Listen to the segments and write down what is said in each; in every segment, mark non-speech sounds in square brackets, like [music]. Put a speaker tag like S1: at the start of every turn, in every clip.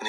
S1: 你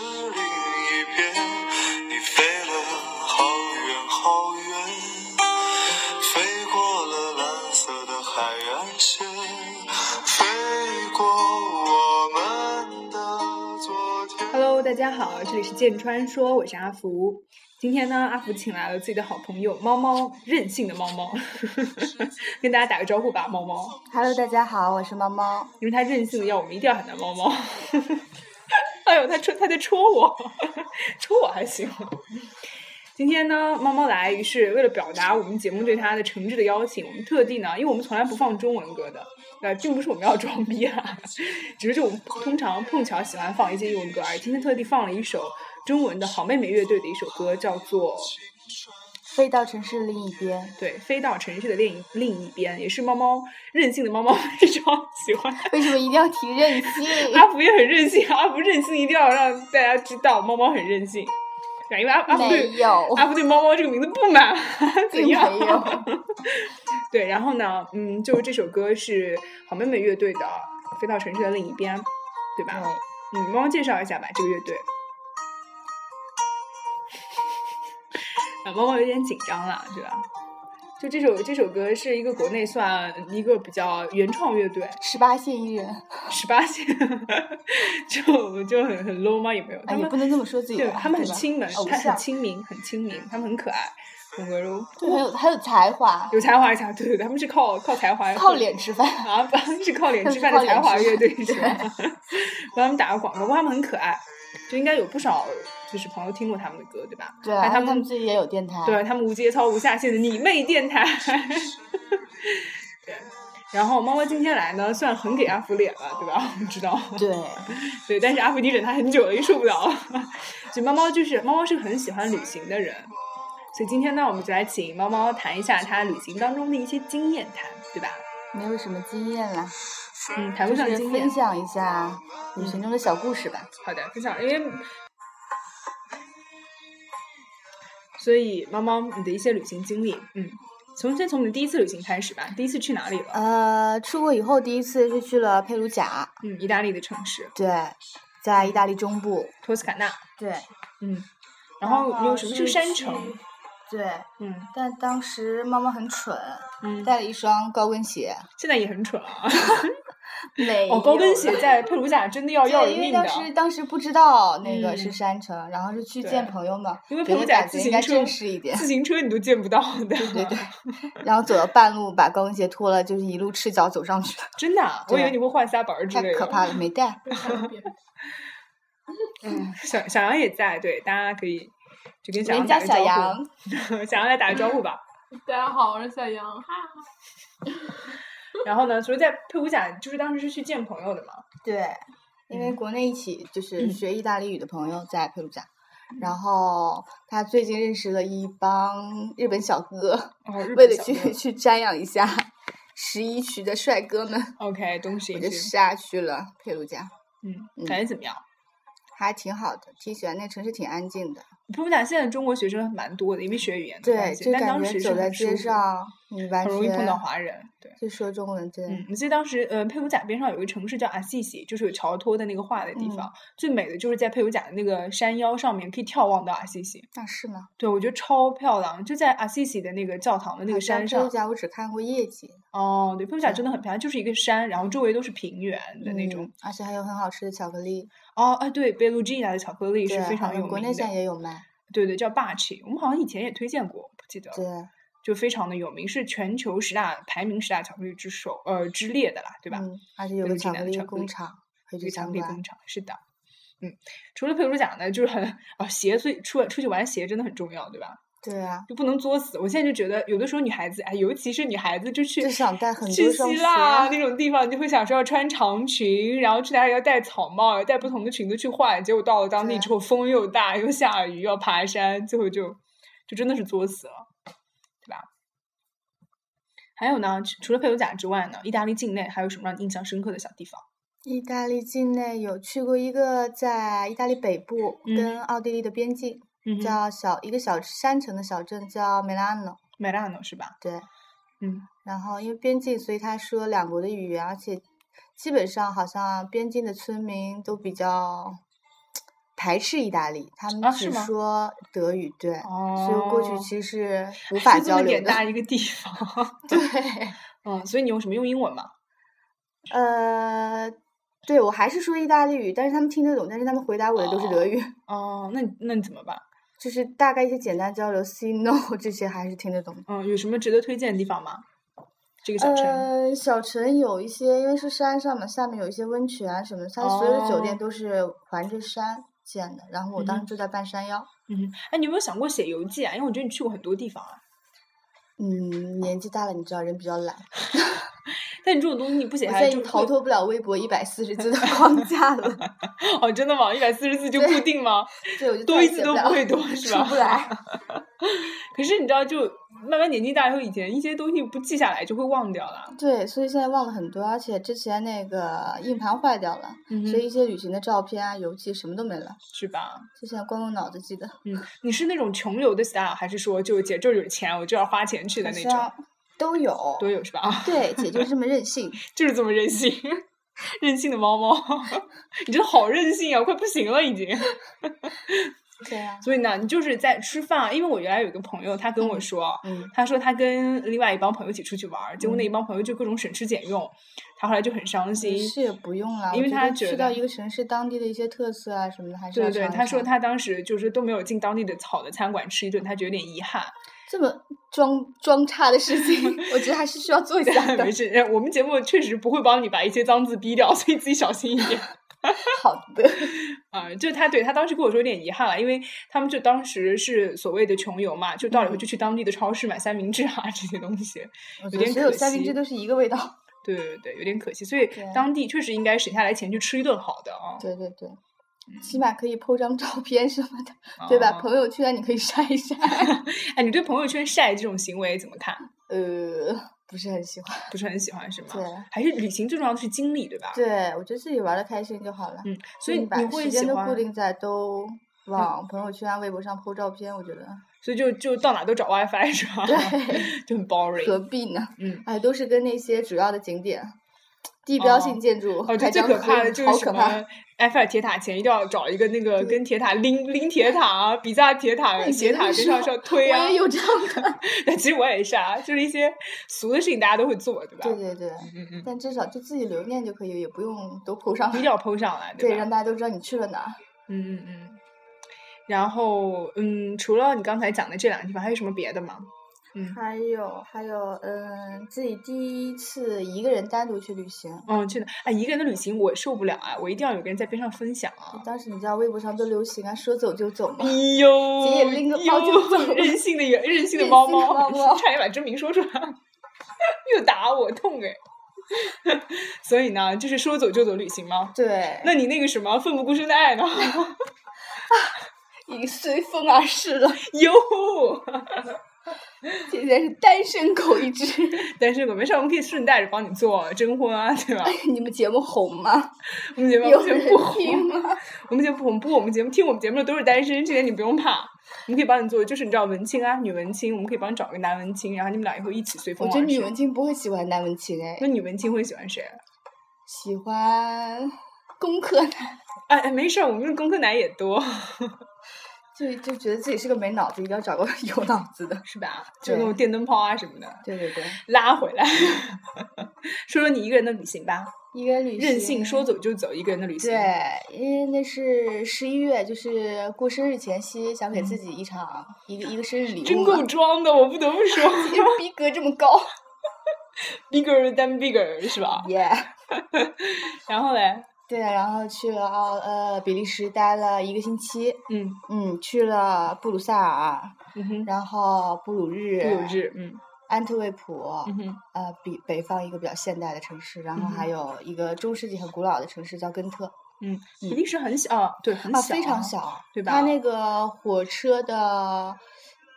S1: 一边，你飞了好远好远，飞过了蓝色的海岸线，飞过我们的昨天。
S2: Hello，大家好，这里是剑川说，我是阿福。今天呢，阿福请来了自己的好朋友猫猫，任性的猫猫， [laughs] 跟大家打个招呼吧，猫猫，
S3: Hello，大家好，我是猫猫。
S2: 因为它任性的要我们一定要喊它猫 [laughs] 猫。哎呦，它戳，它在戳我， [laughs] 戳我还行。今天呢，猫猫来，于是为了表达我们节目对它的诚挚的邀请，我们特地呢，因为我们从来不放中文歌的，呃，并不是我们要装逼啊， [laughs] 只是我们通常碰巧喜欢放一些英文歌而已。今天特地放了一首中文的好妹妹乐队的一首歌，叫做
S3: 飞到城市另一边，
S2: 《对飞到城市的另一另一边》，也是猫猫任性的猫猫非常喜欢。
S3: 为什么一定要提任性？ [laughs]
S2: 阿福也很任性，阿福任性一定要让大家知道猫猫很任性。对，因为阿阿福啊
S3: [laughs]
S2: 对
S3: 没有，
S2: 阿福对猫猫这个名字不
S3: [laughs]
S2: 满，怎
S3: 并
S2: 样
S3: 没？有。
S2: [laughs] 对，然后呢，嗯，就是这首歌是好妹妹乐队的《飞到城市的另一边》，对吧？
S3: 对，
S2: 嗯，帮我介绍一下吧，这个乐队。啊，猫猫有点紧张了，对吧？就这首这首歌是一个国内算一个比较原创乐队，
S3: 十八线艺人
S2: 十八线，就就很很 low 吗？也没有，
S3: 啊，
S2: 他
S3: 也
S2: 们
S3: 不能这么说自己
S2: 对
S3: 吧，
S2: 他们很
S3: 对吧
S2: 亲民，
S3: 偶
S2: 他很
S3: 像
S2: 亲民，很亲民，他们很可爱，董格如
S3: 对，很有很有才华，
S2: 有才华一下，对对，对他们是靠靠才华，
S3: 靠脸吃饭。
S2: 啊，不是靠脸
S3: 他们
S2: 吃
S3: 是
S2: 饭的
S3: 靠
S2: 才
S3: 脸
S2: 华
S3: 吃
S2: 乐
S3: 饭
S2: 队是吧？ [laughs] 帮他们打个广告，不过他们很可爱，就应该有不少就是朋友听过他们的歌，对吧？
S3: 对
S2: 还
S3: 啊，
S2: 有哎他
S3: 他们
S2: 们
S3: 自己也有电台。
S2: 对他们无节操、无下限的你妹电台。 [laughs] 对，然后猫猫今天来呢，算很给阿福脸了，对吧？我们知道。
S3: 对，
S2: 对，但是阿福迪忍他很久了，也受不了 [laughs] 了。就猫猫就是猫猫是很喜欢旅行的人，所以今天呢，我们就来请猫猫谈一下他旅行当中的一些经验谈，对吧？
S3: 没有什么经验啦，
S2: 嗯，谈
S3: 就
S2: 不上
S3: 是
S2: 经验嗯
S3: 分。享一下旅行中的小故事吧。
S2: 好的，分享，因为。所以，猫猫，你的一些旅行经历，嗯，从先从你第一次旅行开始吧。第一次去哪里了？
S3: 呃，出国以后第一次是去了佩鲁贾，
S2: 嗯，意大利的城市
S3: 对，在意大利中部。
S2: 托斯卡纳，
S3: 对，
S2: 嗯，然后
S3: 然
S2: 你有什么
S3: 后
S2: 是
S3: 是
S2: 山
S3: 去
S2: 城？
S3: 对，
S2: 嗯
S3: 但当时猫猫很蠢，
S2: 嗯，
S3: 带了一双高跟鞋。
S2: 现在也很蠢啊。
S3: 没
S2: 哦哦，高跟
S3: 有
S2: 鞋
S3: 啦
S2: 在佩鲁贾真的要要
S3: [laughs] 对，
S2: 人
S3: 因为
S2: 命
S3: 当
S2: 的，
S3: 时当时不知道那个
S2: 嗯
S3: 是山城，然后是去
S2: 对
S3: 见朋友嘛，
S2: 因为
S3: 给
S2: 佩鲁
S3: 我
S2: 贾
S3: 感
S2: 自
S3: 觉应
S2: 行
S3: 该
S2: 车
S3: 正式一点。
S2: 自行车你都见不到的，
S3: 对对对，然后走到半路把高跟鞋脱了，就是一路赤脚走上去的，
S2: 真的啊，我以为
S3: 对
S2: 你会换仨板儿之
S3: 太
S2: 类的。
S3: 可怕了，没带。
S2: 嗯，小小杨也在，对，大家可以就跟小
S3: 人
S2: 杨
S3: 家
S2: 打个招
S3: 小
S2: 呼。[laughs]
S3: 杨，
S2: 想要来打个招呼吧。
S4: [laughs] 大家好，我是小杨，哈哈。
S2: [laughs] 然后呢，所以在佩鲁贾就是当时是去见朋友的嘛，
S3: 对，因
S2: 嗯
S3: 为国内一起就是学意大利语的朋友在佩鲁贾。
S2: 嗯
S3: 然后他最近认识了一帮日本小哥，
S2: 哦，日本
S3: 为了
S2: 小
S3: 去
S2: 哥
S3: 去瞻仰一下十一区的帅哥们，
S2: OK 东西
S3: 我
S2: 区
S3: 就，杀去了佩鲁贾。
S2: 嗯，
S3: 嗯
S2: 感觉怎么样？
S3: 还挺好的，挺喜欢那城市，挺安静的。
S2: 佩鲁贾现在中国学生蛮多的，因为学语言的
S3: 对，
S2: 关系
S3: 就
S2: 但
S3: 感
S2: 当
S3: 觉
S2: 时
S3: 走
S2: 是
S3: 在
S2: 很舒
S3: 街
S2: 服，
S3: 上，你完
S2: 很
S3: 全
S2: 容易碰到华人。对，
S3: 就说中文，对，
S2: 嗯，我记得当时，呃，佩鲁贾边上有个城市叫阿西西，就是有乔托的那个画的地
S3: 嗯
S2: 方，最美的就是在佩鲁贾的那个山腰上面可以眺望到阿西西，
S3: 那是吗？
S2: 对我觉得超漂亮，就在阿西西的那个教堂的那
S3: 好
S2: 个
S3: 像
S2: 山
S3: 这
S2: 上
S3: 一，家我只看过夜景
S2: 哦，对，佩鲁贾
S3: 对
S2: 真的很漂亮，就是一个山，然后周围都是平原的那种，
S3: 嗯，而且还有很好吃的巧克力，
S2: 哦，哎，对，贝鲁吉亚的巧克力
S3: 对，
S2: 是非
S3: 好
S2: 常有名
S3: 像
S2: 的，
S3: 国内现在也有卖，
S2: 对对，叫霸气，我们好像以前也推荐过，不记得了，
S3: 对，
S2: 就非常的有名，是全球十大排名十大巧克力之首，呃，之列的啦，对吧？
S3: 嗯，而且有
S2: 贝
S3: 个
S2: 鲁吉亚
S3: 巧
S2: 的
S3: 克力
S2: 巧克力
S3: 工厂，可以
S2: 绿
S3: 去
S2: 墙
S3: 参
S2: 壁
S3: 观
S2: 工。厂，是的，嗯，除了佩鲁贾呢，就是很啊鞋，所以出出去玩鞋真的很重要，对吧？
S3: 对啊，
S2: 就不能作死。我现在就觉得，有的时候女孩子，哎，尤其是女孩子，就去
S3: 就想带很
S2: 去
S3: 多双
S2: 希
S3: 鞋
S2: 腊
S3: 啊
S2: 那种地方，你就会想说要穿长裙，然后去哪里要戴草帽，要带不同的裙子去换。结果到了当地
S3: 对
S2: 之后，风又大，又下雨，又要爬山，最后就就真的是作死了，对吧？还有呢，除除了佩鲁贾之外呢，意大利境内还有什么让你印象深刻的小地方？
S3: 意大利境内有去过一个在意大利北部
S2: 嗯
S3: 跟奥地利的边境，
S2: 嗯哼
S3: 叫小一个小山城的小镇叫 Milano，
S2: ，Milano 是吧？
S3: 对，
S2: 嗯
S3: 然后因为边境，所以他说两国的语言，而且基本上好像边境的村民都比较排斥意大利，他
S2: 啊
S3: 们
S2: 是
S3: 只
S2: 吗
S3: 说德语，对，所以过去
S2: 哦
S3: 其实是无
S2: 就
S3: 法
S2: 这
S3: 交
S2: 么
S3: 流
S2: 点大
S3: 的。
S2: 一个地方，
S3: [laughs]
S2: [laughs]
S3: 对，
S2: 嗯，所以你用什么用英文嘛？
S3: 呃，对我还是说意大利语，但是他们听得懂，但是他们回答我的都是德语， [laughs]
S2: 哦，那你那你怎么办？
S3: 就是大概一些简单交流，say no 这些还是听得懂的。
S2: 嗯，有什么值得推荐的地方吗？这个小城、
S3: 呃，小城有一些，因为是山上嘛，下面有一些温泉啊什么的，它所有的酒店
S2: 哦
S3: 都是环着山建的。然后我当时住在半山腰，
S2: 嗯，哎，你有没有想过写游记啊？因为我觉得你去过很多地方啊。
S3: 嗯，年纪大了，你知道人比较懒，
S2: 但你这种东西你不写
S3: 我
S2: 下
S3: 现
S2: 来
S3: 在已
S2: 就
S3: 经逃
S2: 会
S3: 脱不了微博一
S2: [laughs]
S3: 百四十字的框架了，
S2: 哦，真的吗？一百四十字就固定吗？
S3: 对，我就
S2: 多
S3: 再
S2: 一
S3: 也
S2: 次
S3: 写
S2: 都
S3: 不
S2: 不
S3: 了
S2: 会多，是吧
S3: 出不来。
S2: [laughs] 可是你知道，就慢慢年纪大以后，以前一些东西不记下来就会忘掉了。
S3: 对，所以现在忘了很多，而且之前那个硬盘坏掉了，
S2: 嗯
S3: 所以一些旅行的照片啊、游记什么都没了，
S2: 是吧？
S3: 就现在光用脑子记得。
S2: 嗯，你是那种穷游的 style，还是说就姐就是有钱我就要花钱去的
S3: 好
S2: 那
S3: 像
S2: 种？
S3: 都有，
S2: 都有是吧？啊，
S3: 对，姐就是这么
S2: [laughs]
S3: 任性。
S2: 就是这么任性，任性的猫 [laughs] 猫，你真的好任性啊，快不行了已经。
S3: 对
S2: [laughs]
S3: 啊，
S2: 所以呢，你就是在吃饭，啊因为我原来有个朋友，他跟我说，啊
S3: 嗯，
S2: 他说他跟另外一帮朋友一起出去玩儿，结果那一帮朋友就各种省吃俭用，他后来就很伤心。
S3: 是也不用了，
S2: 因
S3: 我
S2: 为
S3: 觉
S2: 他
S3: 得
S2: 觉
S3: 吃到
S2: 得
S3: 一个城市当地的一些特色啊什么的，还是
S2: 对
S3: 要
S2: 对，
S3: 尝一
S2: 他说
S3: 尝
S2: 他当时就是都没有进当地的好的餐馆吃一顿，他觉得有点遗
S3: [laughs]
S2: 憾。 [laughs]
S3: 这么装装叉的事情，我觉得还是需要做一下的
S2: 没。事，呃我们节目确实不会帮你把一些脏字逼掉，所以自己小心一点。
S3: 好的，
S2: 啊、就他对他当时跟我说有点遗憾了，因为他们就当时是所谓的穷游嘛，就到
S3: 嗯
S2: 了以后就去当地的超市买三明治啊这些东西。
S3: 我
S2: 有
S3: 觉得
S2: 点
S3: 所有
S2: 可
S3: 三明治
S2: 惜
S3: 都是一个
S2: [laughs]
S3: 味道。
S2: 对对对，有点可惜，所以
S3: 对
S2: 当地确实应该省下来钱去吃一顿好的啊，
S3: 对对对，
S2: 嗯
S3: 起码可以 po 张照片什么的，
S2: [laughs]
S3: 对吧？
S2: 啊
S3: 朋友圈你可以晒
S2: [laughs]
S3: 一晒。
S2: 哎，你对朋友圈晒这种行为怎么看？
S3: 呃，不是很喜欢。
S2: 不是很喜欢是吗？
S3: 对，
S2: 还是旅行最重要的是经历，对吧？，
S3: 对，我觉得自己玩的开心就好了。
S2: 嗯，所
S3: 所
S2: 以
S3: 以你把
S2: 你会
S3: 时
S2: 喜
S3: 间都
S2: 欢嗯
S3: 固，定在都往朋友圈、微博上 po 照片，我觉得
S2: 所以就就到哪都找 WiFi 是吧？
S3: 对
S2: [laughs] 就很
S3: 何
S2: boring。
S3: 必呢？
S2: 嗯，
S3: 哎，都是跟那些主要的景点、地标性建筑
S2: 哦，
S3: 拍
S2: 就最
S3: 张
S2: 可怕
S3: 合
S2: 的
S3: 影，
S2: 就是
S3: 好
S2: 什
S3: 可怕
S2: 么！埃菲尔铁塔前一定要找一个那个
S3: 对
S2: 跟铁塔拎拎铁塔啊，比萨铁塔
S3: 那你
S2: 斜
S3: 别这
S2: 塔
S3: 么
S2: 跟上
S3: 说
S2: 上推啊
S3: 我。也有这
S2: [laughs]
S3: 样的。
S2: 但其实我也是啊，就是一些俗的事情大家都会做，对吧？
S3: 对对对，
S2: 嗯嗯，
S3: 但至少就自己留念就可以，也不用都 po 上
S2: 一定
S3: 来。
S2: 要 PO 上来，
S3: 对，
S2: 吧？
S3: 让大家都知道你去了哪儿。
S2: 嗯嗯嗯，然后嗯，除了你刚才讲的这两个地方，还有什么别的吗？嗯
S3: 还有还有，嗯，自己第一次一个人单独去旅行，
S2: 嗯，真的，哎，一个人的旅行我受不了啊，我一定要有个人在边上分享啊。
S3: 当时你知道微博上都流行啊，说走就走嘛
S2: 哎。呦，
S3: 姐也拎个包就
S2: 哟
S3: 走了
S2: 任性的人，任性的
S3: [laughs] 任
S2: 猫
S3: 性的
S2: 猫，
S3: 猫猫
S2: 差点把真名说出来， [laughs] 又打我痛哎。 [laughs] 所以呢，就是说走就走旅行吗？
S3: 对，
S2: 那你那个什么奋不顾身的爱呢？ [laughs]
S3: 已经随风而逝了。
S2: 哟，
S3: 姐姐是单身狗一只。 [laughs]
S2: 但是我没事，我们可以顺带着帮你做征婚啊，对吧？
S3: 你们节目红吗？
S2: 我们节目
S3: 有
S2: 节
S3: 人
S2: 目不红
S3: 听吗？
S2: 我们节目不，我们节目听我们节目的都是单身，这点你不用怕。我们可以帮你做，就是你知道文青啊、女文青，我们可以帮你找个男文青，然后你们俩以后一起随
S3: 我
S2: 风而
S3: 觉
S2: 去。
S3: 得女文青不会喜欢男文青哎
S2: 那，女文青会喜欢谁？啊
S3: 喜欢工科男，
S2: 哎哎，没事儿，我们的工科男也多，
S3: [laughs] 就就觉得自己是个没脑子，一定要找个 [laughs] 有脑子的。
S2: 是吧？就那
S3: 对
S2: 种电灯泡啊什么的，
S3: 对对对，
S2: 拉回来， [laughs] 说说你一个人的旅行吧，
S3: 一个人旅行
S2: 任性说。走就走，一个人的旅行。
S3: 对，因为那是十一月，就是过生日前夕，想给自己一场、一个一个生日礼物嘛。
S2: 嗯真够装的，我不得不说
S3: 逼格这么高 [laughs]
S2: ，bigger than bigger 是吧？
S3: ，yeah。
S2: 然后嘞，
S3: 对，然后去了奥呃比利时待了一个星期，
S2: 嗯
S3: 嗯，去了布鲁塞尔，
S2: 嗯哼，
S3: 然后布鲁日，
S2: 不有志，嗯
S3: 安特卫普，
S2: 嗯哼，
S3: 呃，比北方一个比较现代的城市，然后还
S2: 嗯
S3: 有一个中世纪很古老的城市叫根特，
S2: 嗯，比利时很小，啊对，很小
S3: 啊，，非常。小，
S2: 对吧
S3: 它那个火车的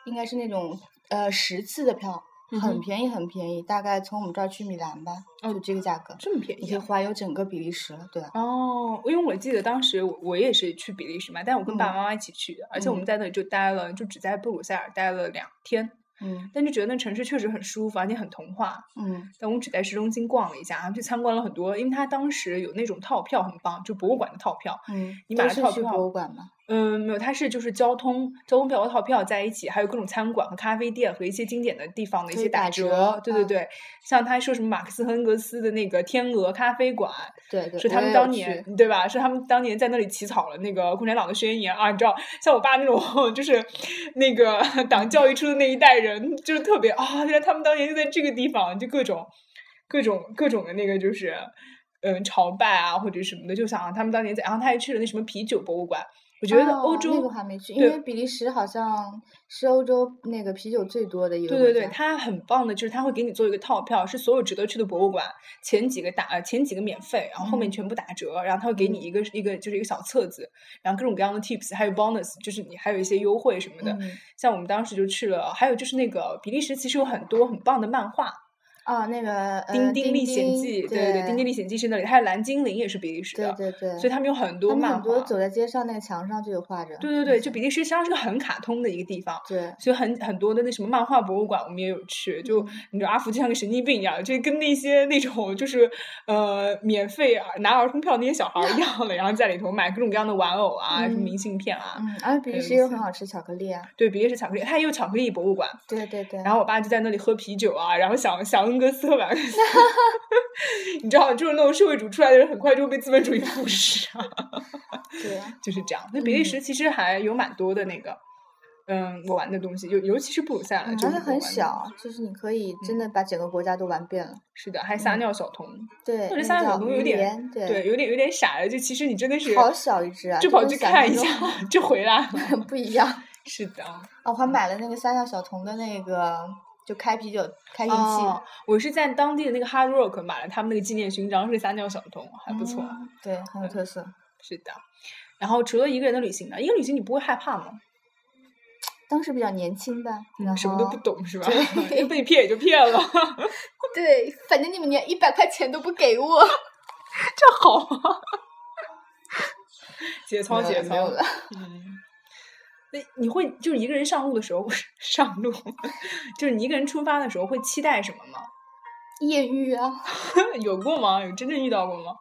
S3: 应该是那种呃十次的票，
S2: 嗯
S3: 很
S2: 哼
S3: 便宜很便宜，大概从我们这儿去米兰吧，
S2: 哦
S3: 就这个价格，
S2: 这么便
S3: 你
S2: 宜
S3: 可以
S2: 啊。
S3: 环游整个比利时了，对啊，
S2: 哦，因为我记得当时我我也是去比利时嘛，但我
S3: 嗯
S2: 跟爸爸妈妈一起去的，而且我们在那里就待了，就只在布鲁塞尔待了两天，
S3: 嗯
S2: 但就觉得那城市确实很舒服，而且很童话。
S3: 嗯
S2: 但我们只在市中心逛了一下，然后去参观了很多，因为他当时有那种套票很棒，就博物馆的套票。
S3: 嗯，
S2: 你
S3: 都
S2: 买了
S3: 是
S2: 套
S3: 去
S2: 票
S3: 博物馆吗？
S2: 嗯，没有，它是就是交通交通票和套票在一起，还有各种餐馆和咖啡店和一些经典的地方的一
S3: 可
S2: 些
S3: 以打
S2: 折。
S3: 折
S2: 对对
S3: 嗯
S2: 对，像他说什么马克思恩格斯的那个天鹅咖啡馆，
S3: 对对，
S2: 是
S3: 我
S2: 他
S3: 也
S2: 们
S3: 有
S2: 当年
S3: 去
S2: 对吧？是他们当年在那里起草了那个共产党的宣言啊！你知道，像我爸那种 [laughs] 就是那个 [laughs] 党教育出的那一代人，就是特别啊，原来他们当年就在这个地方，就各种各种各种的那个就是嗯朝拜啊或者什么的，就想、啊、他们当年在，然后他还去了那什么啤酒博物馆。我觉得欧
S3: 哦
S2: 洲、
S3: 那个我还没去，因
S2: 对
S3: 为比利时好像是欧洲那个啤酒最多的一个
S2: 对
S3: 国
S2: 对
S3: 家。
S2: 对，它很棒的，就是它会给你做一个套票，是所有值得去的博物馆前几个打呃前几个免费，然后后面
S3: 嗯
S2: 全部打折，然后它会给你一个一个就是一个小册子，然后各种各样的 tips，还有 bonus，就是你还有一些优惠什么的。
S3: 嗯
S2: 像我们当时就去了，还有就是那个比利时其实有很多很棒的漫画，
S3: 哦，那个呃
S2: 丁
S3: 丁
S2: 历险记》对对对，《丁丁历险记》是那里，还有《蓝精灵》也是比利时
S3: 对
S2: 的，
S3: 对对，
S2: 所以他们有很
S3: 他
S2: 多
S3: 们
S2: 漫
S3: 很多嗯
S2: 画。
S3: 走在街上，那个墙上就有画着。
S2: 对对对，就比利时实际上是个很卡通的一个地方。
S3: 对，
S2: 所以很很多的那什么漫画博物馆，我们也有去。就
S3: 嗯
S2: 你知道，阿福就像个神经病一样，就跟那些那种就是呃免费啊拿儿童票那些小孩儿一样的，然后在里头买各种各样的玩偶啊，什么
S3: 嗯
S2: 明信片啊。
S3: 嗯，而且比
S2: 很
S3: 利
S2: 有
S3: 时
S2: 意
S3: 也有
S2: 思
S3: 很好吃巧克力啊。
S2: 对，比利时巧克力，它也有巧克力博物馆。
S3: 对对对，
S2: 然后我爸就在那里喝啤酒啊，然后想想恩格斯 [laughs] 和马克
S3: [laughs]
S2: 思，你知道，就是那种社会主义出来的人，很快就会被资本主义腐蚀啊。
S3: 对啊，
S2: 就是这样。那比利时其实还有蛮多的那个，嗯，我玩的东西，尤尤其是布鲁塞尔，
S3: 嗯
S2: 呃就
S3: 而
S2: 是
S3: 且
S2: 我
S3: 很
S2: 玩的嗯
S3: 小，就是你可以真的把整个国家都玩遍了。
S2: 是的，还撒尿小童，
S3: 对，
S2: 或者
S3: 那
S2: 三
S3: 个
S2: 角
S3: 叫
S2: 龙有
S3: 鱼
S2: 点
S3: 莲对，
S2: 有点有点傻了。就其实你真的是
S3: 好小一只啊，
S2: 就
S3: 这
S2: 跑
S3: 跟
S2: 去
S3: 想
S2: 看一
S3: 象
S2: 下 [laughs]
S3: 中
S2: 就回来
S3: [laughs]
S2: 了。
S3: 不一样。
S2: 是的，啊
S3: 哦，我还买了那个三亚小童的那个，就开啤酒开瓶器。
S2: 哦，我是在当地的那个 Hard Rock 买了他们那个纪念勋章，是撒尿小童，还不错。
S3: 嗯对，很有特色。
S2: 是的。然后除了一个人的旅行呢，一个旅行你不会害怕吗？
S3: 当时比较年轻吧，然
S2: 嗯，什么都
S3: 后
S2: 不懂是吧？
S3: 对
S2: 被骗也就骗了，
S3: 对，反正你们连一百块钱都不给
S2: [laughs]
S3: 我，
S2: 这好吗？ [laughs] 节操
S3: 没有
S2: 节
S3: 了
S2: 操
S3: 没有了。
S2: 嗯，那你会就是一个人上路的时候 [laughs] 上路，就是你一个人出发的时候会期待什么吗？
S3: 艳遇啊，
S2: [laughs] 有过吗？有真正遇到过吗？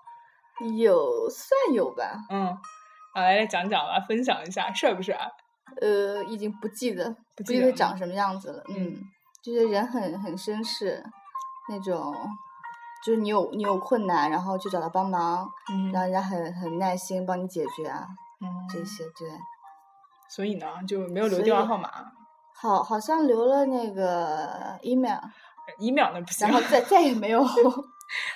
S3: 有算有吧，
S2: 嗯，啊，来来讲讲吧，分享一下帅不啊帅？
S3: 呃，已经不记得
S2: 不
S3: 不
S2: 记
S3: 记
S2: 得
S3: 得
S2: 了
S3: 长什么样子了，
S2: 嗯
S3: 嗯，就是人很很绅士，那种，就是你有你有困难，然后去找他帮忙，
S2: 嗯
S3: 然后人家很很耐心帮你解决啊，这
S2: 嗯，
S3: 些对。
S2: 所以呢就没有留
S3: 所
S2: 电话
S3: 以
S2: 号码，
S3: 好，好像留了那个 email，
S2: 一秒那不行
S3: 然，后再再也没有 [laughs]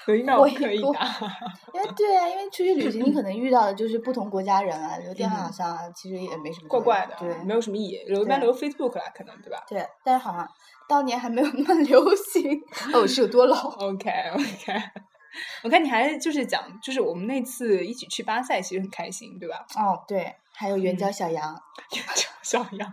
S2: 留一秒
S3: 我
S2: 不可
S3: 也
S2: 以啊
S3: 过
S2: 的。
S3: 因为对啊，因为出去旅行，你可能遇到的就是不同国家人啊，留电话
S2: 嗯
S3: 好像啊其实也没什么
S2: 怪
S3: 作
S2: 怪
S3: 用
S2: 的，啊
S3: 对
S2: 没有什么意义。留一般
S3: 对啊
S2: 留 Facebook 啦，可能对吧
S3: 对，但是好像当年还没有 [laughs] 那么流行，哦，我是有多老？
S2: ？OK [laughs] OK，我看你还就是讲，就是我们那次一起去巴塞，其实很开心，对吧？ [laughs]
S3: 哦，对，还有援交
S2: 嗯
S3: 小羊，
S2: 小羊，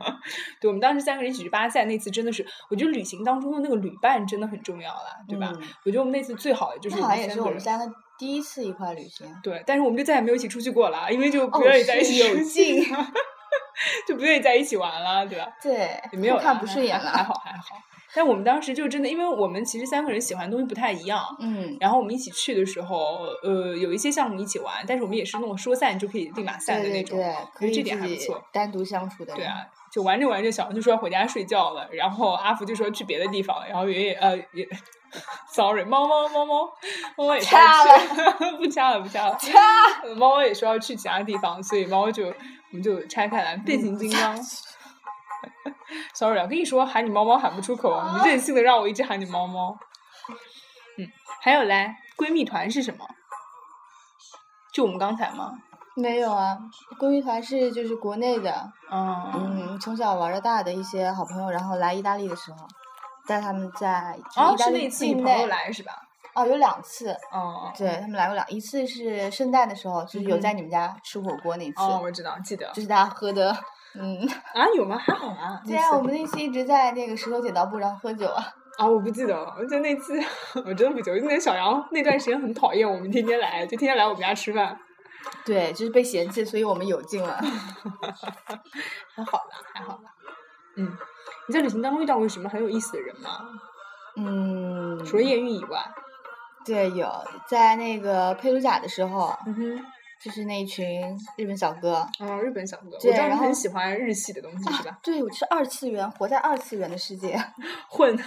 S2: 对我们当时三个人一起去巴塞那次，真的是，我觉得旅行当中的那个旅伴真的很重要啦，对吧？
S3: 嗯
S2: 我觉得我们那次最好的就是
S3: 那好像也
S2: 三
S3: 是
S2: 个
S3: 我们
S2: 人
S3: 三个第一次一块儿旅行。
S2: 对，但是我们就再也没有一起出去过了，啊因为就不
S3: 哦
S2: 愿意在一
S3: 是
S2: 起
S3: 有
S2: 出去
S3: 劲
S2: 了， [laughs] 就不愿意在一起玩了，对吧？
S3: 对，
S2: 也没有
S3: 互看
S2: 啦
S3: 不
S2: 还
S3: 顺眼
S2: 还还 [laughs]
S3: 了。
S2: 好还好。但我们当时就真的，因为我们其实三个人喜欢的东西不太一样，
S3: 嗯，
S2: 然后我们一起去的时候，呃，有一些项目一起玩，但是我们也是那种说散就可以立马散
S3: 对
S2: 的那
S3: 对
S2: 种，
S3: 对，可
S2: 觉得
S3: 以
S2: 这点
S3: 自
S2: 还不
S3: 己
S2: 错
S3: 单独相处的。
S2: 对，啊，就玩着玩着，小王就说要回家睡觉了，然后阿福就说去别的地方了，然后也也呃也，sorry，猫猫猫猫猫猫也说
S3: 掐
S2: 要去， [laughs] 不掐了不掐了，掐，猫猫也说要去其他地方，所以猫猫就我们就拆开来，变形金刚。sorry，啊我跟你说喊你猫猫喊不出口，啊你任性的让我一直喊你猫猫。嗯，还有嘞，闺蜜团是什么？就我们刚才吗？
S3: 没有啊，公益团是就是国内的，
S2: 嗯，
S3: 嗯，从小玩到大的一些好朋友，然后来意大利的时候，带他们在
S2: 哦，
S3: 意大
S2: 是
S3: 利
S2: 那次你
S3: 境
S2: 朋友
S3: 内
S2: 来是吧？
S3: 哦，有两次，
S2: 哦，
S3: 对他们来过两，一次是圣诞的时候，就是有在
S2: 嗯哼
S3: 你们家吃火锅那次，
S2: 哦，我知道，记得
S3: 就是大家喝 [laughs] 的，嗯，
S2: 啊，有吗？还好啊。
S3: 对
S2: 那
S3: 啊，
S2: 次
S3: 我们那次一直在那个石头剪刀布上喝酒啊， [laughs]
S2: 啊，我不记得了，就那次我真的不记得，那小杨那段时间很讨厌我们，天天来，就天天来我们家吃饭，
S3: 对，就是被嫌弃，所以我们有劲了。 [laughs]
S2: 还好吧，还好吧。嗯，你在旅行当中遇到过什么很有意思的人吗？
S3: 嗯，
S2: 除了艳遇以外，
S3: 对，有在那个佩鲁贾的时候，
S2: 嗯哼，
S3: 就是那一群日本小哥。
S2: 嗯，日本小哥，我知
S3: 对
S2: 道你
S3: 然
S2: 很
S3: 后啊
S2: 喜欢日系的东西是吧？
S3: 对，我是二次元，活在二次元的世界，
S2: 混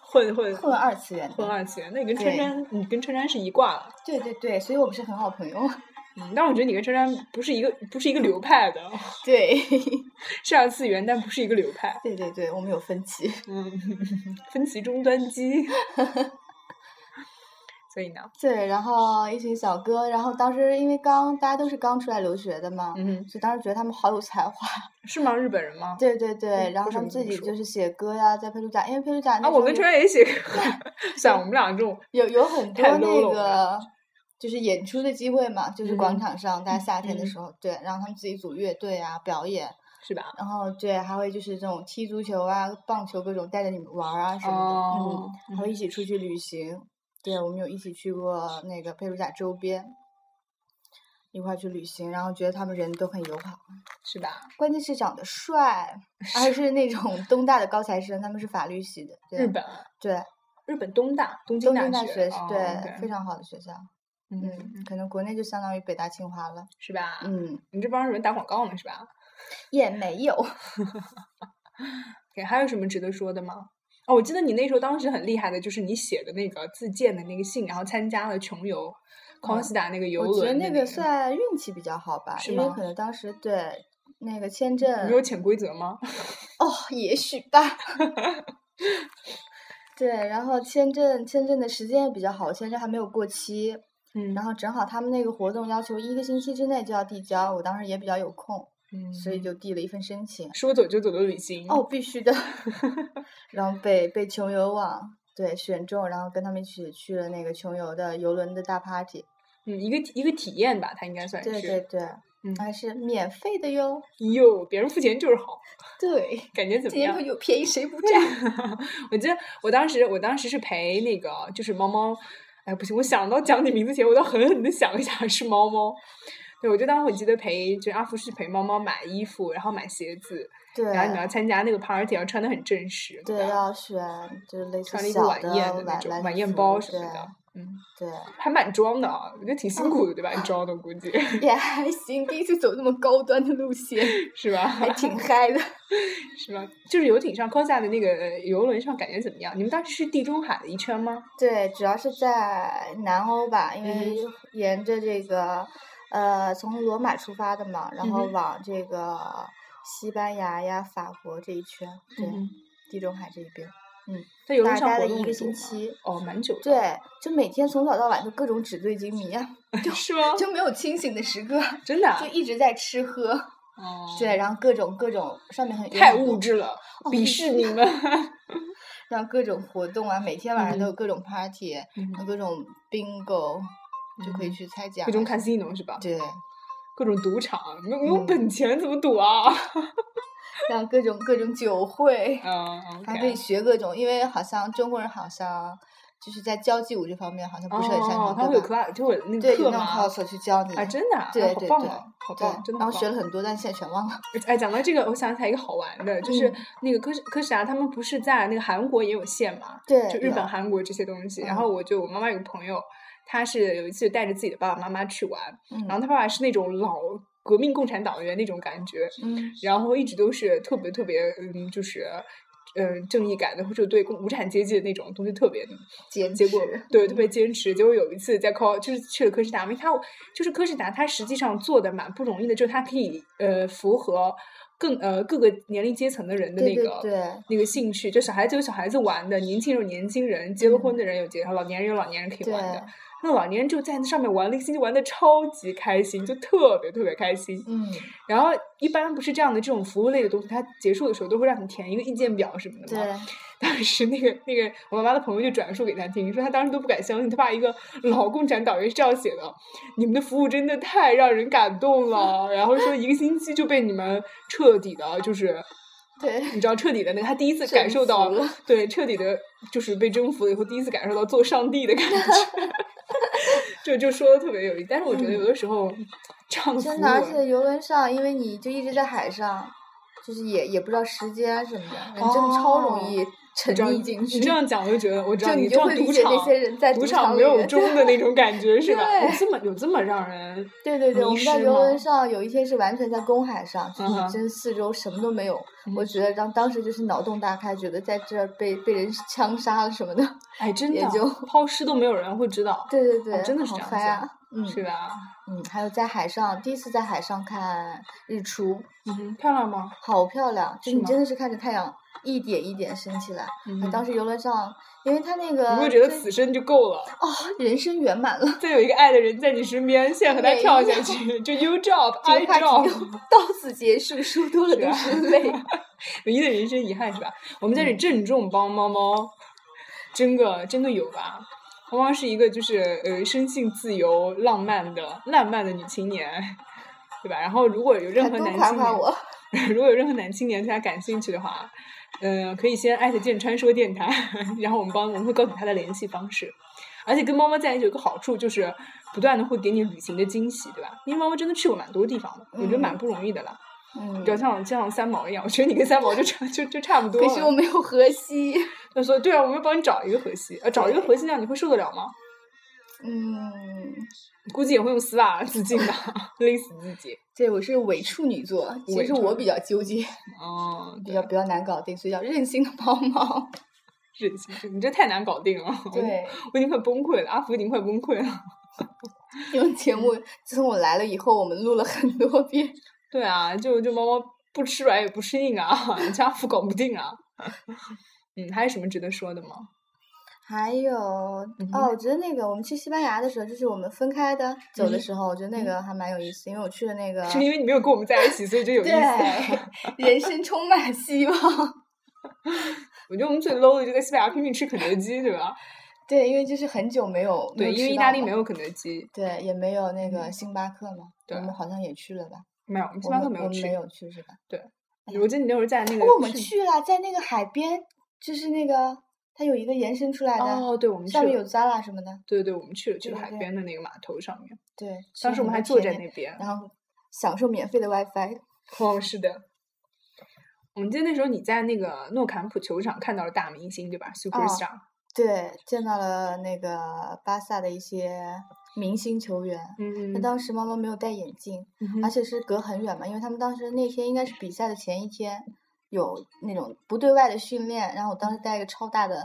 S2: 混混
S3: 混二次元的。
S2: 混二次元，那你跟
S3: 对
S2: 川川，你跟川川是一挂的。
S3: 对对对，所以我们是很好朋友。 [laughs]
S2: 嗯，但我觉得你跟川川不是一个不是一个流派的， [laughs]
S3: 对，
S2: 是二次元，但不是一个流派。
S3: 对对对，我们有分歧。
S2: 嗯，
S3: [laughs]
S2: 分歧终端机。 [laughs] 所以呢，
S3: 对，然后一群小哥，然后当时因为刚大家都是刚出来留学的嘛，
S2: 嗯，
S3: 所以当时觉得他们好有才华。
S2: 是吗？日本人吗？
S3: 对对对，
S2: 嗯
S3: 然后
S2: 为什
S3: 他
S2: 么
S3: 们
S2: 这
S3: 自
S2: 么
S3: 己
S2: 说
S3: 就是写歌呀，在佩鲁贾，因为佩鲁贾
S2: 啊，
S3: 那时候
S2: 我跟
S3: 有
S2: 川川也写歌， [laughs] 算了我们俩这种
S3: 有有很多
S2: 太 low 了
S3: 那
S2: 我
S3: 个就是演出的机会嘛，就是广
S2: 嗯
S3: 场上，大家夏天的
S2: 嗯
S3: 时候，对，然后他们自己组乐队啊，表演，
S2: 是吧？
S3: 然后对，还会就是这种踢足球啊、棒球各种带着你们玩儿啊什么的，
S2: 哦
S3: 嗯，然后一起出去旅行，对我们有一起去过那个佩鲁贾周边。一块儿去旅行，然后觉得他们人都很友好，
S2: 是吧？
S3: 关键是长得帅，还是那种东大的高材生，他们是法律系的，对
S2: 日本，
S3: 对，
S2: 日本东大，东
S3: 东
S2: 大
S3: 京大
S2: 学
S3: 学是，
S2: 哦
S3: 对、
S2: ，OK
S3: 非常好的学校，
S2: 嗯啊
S3: 嗯，可能国内就相当于北大清华了。
S2: 是吧？
S3: 嗯，
S2: 你这帮日本打广告呢是吧
S3: 也没有。
S2: ？OK，还有什么值得说的吗？哦，我记得你那时候当时很厉害的，就是你写的那个自荐的那个信，然后参加了穷游，康斯达那个游
S3: 嗯我觉得
S2: 轮的
S3: 那
S2: 那
S3: 个算运气比较好吧，
S2: 是
S3: 因为
S2: 吗
S3: 可能当时对那个签
S2: 个
S3: 证
S2: 没有潜规则
S3: [laughs]
S2: 吗？
S3: 哦，也许吧。 [laughs] 对，然后签证签证的时间也比较好，我签证还没有过期，
S2: 嗯，
S3: 然后正好他们那个活动要求一个星期之内就要递交，我当时也比较有空，
S2: 嗯
S3: 所以就递了一份申请。
S2: 说走就走的旅行
S3: 哦，，必须的。 [laughs] 然后被被穷游网对选中，然后跟他们一起去了那个穷游的游轮的大 party。
S2: 嗯，一个体一个体验吧，它应该算是
S3: 对对对，
S2: 嗯
S3: 还是免费
S2: [laughs]
S3: 的哟。
S2: 哟，别人付钱就是好，
S3: 对，
S2: 感觉怎么
S3: 今天
S2: 样
S3: 说？有便宜
S2: [laughs]
S3: 谁不占？
S2: 我记得我当时，我当时是陪那个就是猫猫，哎不行，我想到讲你名字前，我都狠狠的想一下是猫猫。对，我就当时我记得陪，就是阿福是陪猫猫买衣服，然后买鞋子，
S3: 对，
S2: 然后你要参加那个 party，要穿的很正式，
S3: 对，
S2: 吧，
S3: 要选就是类似
S2: 穿了一个
S3: 小
S2: 晚宴的那
S3: 晚
S2: 种
S3: 晚
S2: 晚宴
S3: 服
S2: 包什么的，嗯，
S3: 对嗯
S2: 还蛮装的啊，我觉得挺辛苦的，对吧？你装的估计 [laughs]
S3: 对，也还行，第一次走那么高端的路线，
S2: 是吧？
S3: 还挺嗨的。
S2: 是吧？就是游艇上 Costa 的那个呃游轮上，感觉怎么样？你们当时是地中海的一圈吗？
S3: 对，主要是在南欧吧，
S2: 嗯
S3: 因为沿着这个，呃，从罗马出发的嘛，然后
S2: 嗯哼
S3: 往这个西班牙呀、法国这一圈，对，
S2: 嗯
S3: 地中海这一边，
S2: 在游轮
S3: 大
S2: 上
S3: 概
S2: 活
S3: 了
S2: 动
S3: 一个
S2: 很
S3: 星
S2: 久吗
S3: 期。
S2: 哦，蛮久的， [laughs]
S3: 对，就每天从早到晚就各种纸醉金迷啊， [laughs]
S2: 是吗？
S3: 就没有清醒的时刻，
S2: 真的啊
S3: 就，一直在吃喝。
S2: 哦
S3: 对，，然后各种各种上面很有
S2: 太
S3: 很多
S2: 物质了，
S3: 哦
S2: 鄙
S3: 你
S2: 视你们。
S3: 然后各种活动啊，每天晚上
S2: 嗯
S3: 都有各种 party，、然后各种 bingo，、就可以
S2: 嗯
S3: 去参加
S2: [laughs] 各种 casino 是吧？
S3: 对。
S2: 各种赌场，没有没有
S3: 嗯
S2: 本钱怎么赌啊？
S3: 然后各种各种酒会，
S2: 嗯
S3: 还可以
S2: ，OK，
S3: 学各种，因为好像中国人好像就是在交际舞这方面好像不是很擅
S2: 哦
S3: 长，，
S2: 他会有
S3: 对吧？
S2: class，就会有那
S3: 对，
S2: 个课
S3: 有那种
S2: 吗？
S3: cos 去教你，
S2: 啊，真的啊，
S3: 对
S2: 哎好
S3: 对
S2: 棒
S3: 对
S2: 啊，好
S3: 对
S2: 棒，真的。
S3: 然后学了。很多，但现在全忘了。
S2: 哎，讲到这个，我想起来一个好玩的，就是
S3: 嗯
S2: 那个科科什达他们不是在那个韩国也有线嘛？
S3: 对，
S2: 就日
S3: 有
S2: 本、韩国这些东西。然
S3: 嗯
S2: 后我就我妈妈有个朋友，她是有一次带着自己的爸爸妈妈去玩，
S3: 嗯
S2: 然后她爸爸是那种老革命共产党员那种感觉， [laughs]
S3: 嗯
S2: 然后一直都是特别特别嗯，就是。嗯，正义感的或者对共无产阶级的那种东西特别
S3: 坚
S2: 结果
S3: 持嗯
S2: 对特别坚持。结果有一次在 call 就是去了科士达，因为他就是科士达，他实际上做的蛮不容易的，就是他可以呃符合更呃各个年龄阶层的人的那
S3: 对
S2: 个
S3: 对对
S2: 那个兴趣，就小孩子有小孩子玩的，年轻人有年轻人，结了婚的人有结，老年人有老年人可以
S3: 对
S2: 玩的。那老年人就在那上面玩了一个星期，玩的超级开心，就特别特别开心。
S3: 嗯，
S2: 然后一般不是这样的这种服务类的东西，它结束的时候都会让你填一个意见表什么的嘛。
S3: 对，
S2: 当时那个那个我妈妈的朋友就转述给她听，说她当时都不敢相信，她爸一个老共产党员是这样写的：你们的服务真的
S3: [laughs]
S2: 太让人感动了。然后说一个星期就被你们彻底的，就是 [laughs]
S3: 对，
S2: 你知道，彻底的那个，他第一次感受到，
S3: 征服了
S2: 对，彻底的就是被征服了以后，第一次感受到做上帝的感觉， [laughs] 就就说的特别有意思。但是我觉得有的时候，这样的服
S3: 嗯真的，啊而
S2: 务
S3: 且游轮上，因为你就一直在海上，就是也也不知道时间什么的，你真的超容易
S2: 哦你
S3: 沉
S2: 知道
S3: 溺进去。
S2: 你这样讲，我就觉得我知道
S3: 就
S2: 你
S3: 你
S2: 这
S3: 就
S2: 样
S3: 会
S2: 赌
S3: 理解
S2: 场
S3: 那些人在
S2: 赌
S3: 赌
S2: 场
S3: 场
S2: 没
S3: 里
S2: 有
S3: 人
S2: 终的那种感
S3: [laughs]
S2: 觉是吧？有
S3: 对
S2: 这么有这么让人
S3: 对对对，我
S2: 迷
S3: 们在
S2: 失
S3: 游
S2: 吗
S3: 轮上有一些是完全在公海上，就
S2: 嗯哼
S3: 是真四周什么都没有。我
S2: 嗯
S3: 觉得当当时就是脑洞大开，觉得在这儿被被人枪杀了什
S2: [laughs]
S3: 么的。
S2: 哎，真
S3: 也
S2: 的
S3: 就
S2: 抛尸都没有人会知道，
S3: 对对对，
S2: 真的是
S3: 好
S2: 这样
S3: 嗨
S2: 子
S3: 啊！嗯
S2: 是吧？
S3: 嗯，还有在海上，第一次在海上看日出，
S2: 嗯哼，漂亮吗？
S3: 好漂亮！就是你
S2: 吗
S3: 真的是看着太阳一点一点升起来。
S2: 嗯
S3: 当
S2: 时
S3: 时游轮上，因为它那个
S2: 你会觉得
S3: 最
S2: 此生就够了。
S3: 哦， [laughs] 人生圆满了，
S2: 再有一个爱的人在你身边，现在和他
S3: 没
S2: 跳下
S3: 有
S2: 去，就 you drop
S3: 这
S2: I
S3: 个话题
S2: drop，
S3: 就到此结束，说多
S2: [laughs]
S3: 了
S2: 是
S3: 都
S2: 啊
S3: 是嗯泪。
S2: 唯一的人生遗憾是吧？我们在这郑重帮猫猫，真的真的有吧？猫猫是一个就是呃生性自由、浪漫的浪漫的女青年，对吧？然后如果有任
S3: 还
S2: 何
S3: 多
S2: 男
S3: 夸
S2: 青
S3: 夸
S2: 年，
S3: 我，
S2: [laughs] 如果有任何男青年对他感兴趣的话，嗯、可以先艾特剑川说电台， [laughs] 然后我们帮我们会告诉他的联系方式。而且跟猫猫在一起有一个好处，就是不断的会给你旅行的惊喜，对吧？因为猫猫真的去过蛮多地方的，我觉得蛮不容易的啦。
S3: 嗯
S2: 比，较像像三毛一样，我觉得你跟三毛就差就就差不多
S3: 可惜我
S2: 了。
S3: 没有河西。
S2: 他说：“对啊，我们帮你找一个河西，呃，找一个河西那样你会受得了吗？
S3: 嗯，
S2: 估计也会用丝袜自尽吧，勒死自己。
S3: 对，我是伪处女座，其
S2: 伪
S3: 实
S2: 处
S3: 我
S2: 女
S3: 比较纠结，
S2: 嗯，
S3: 比较比较难搞定，所以叫任性的猫猫。
S2: 忍心，你这太难搞定了。，
S3: [laughs] 对，
S2: 我已经快崩溃了，阿福已经快崩溃了。
S3: 因为节目自从我来了以后，我们录了很多遍。 [laughs]
S2: 对啊，就就猫猫不吃软也不吃硬啊，人家阿福搞不定啊。嗯，还有什么值得说的吗？
S3: 还有
S2: 嗯
S3: 哦，
S2: 哼
S3: 我觉得那个我们去西班牙的时候，就是我们分开的走
S2: 嗯
S3: 的时候，我觉得那个还蛮有意思，因为我去了那个
S2: 是因为你没有跟我们在一起，所以就有意
S3: 对
S2: 思。，
S3: [laughs] 人生充满希望。
S2: 我觉得我们最 low 的就在西班牙拼命吃肯德基，对吧？
S3: [laughs] 对，因为就是很久没有没
S2: 对，
S3: 有
S2: 因为
S3: 吃
S2: 意大
S3: 到嗯
S2: 利没
S3: 嘛
S2: 有肯德基，
S3: 对，也没有那个星巴克嘛。
S2: 对
S3: 我们好像也去了吧？
S2: 没有，我们
S3: 我
S2: 星巴克
S3: 们
S2: 没
S3: 我
S2: 有
S3: 们
S2: 去。
S3: 没有去是吧？
S2: 我记得你那会儿在那个，
S3: 哦，我们去了，在那个海边，就是那个它有一个延伸出来的，
S2: 哦，对，我们去
S3: 上面有
S2: 了，
S3: 扎拉什么的。
S2: 对对，我们去了去了
S3: 对
S2: 海
S3: 对
S2: 边的那个码头上面，
S3: 对，吃
S2: 当时我们
S3: 很多
S2: 还坐在
S3: 便宜
S2: 那边。 [laughs]
S3: 然后享受免费的 WiFi。
S2: 哦，是的，我们记得那时候你在那个诺坎普球场看到了大明星，对吧？Superstar，
S3: 哦对，见到了那个巴萨的一些明星球员。
S2: 嗯
S3: 那当时猫猫没有戴眼镜，
S2: 嗯哼
S3: 而且是隔很远嘛，因为他们当时那天应该是比赛的前一天，有那种不对外的训练，然后我当时带一个超大的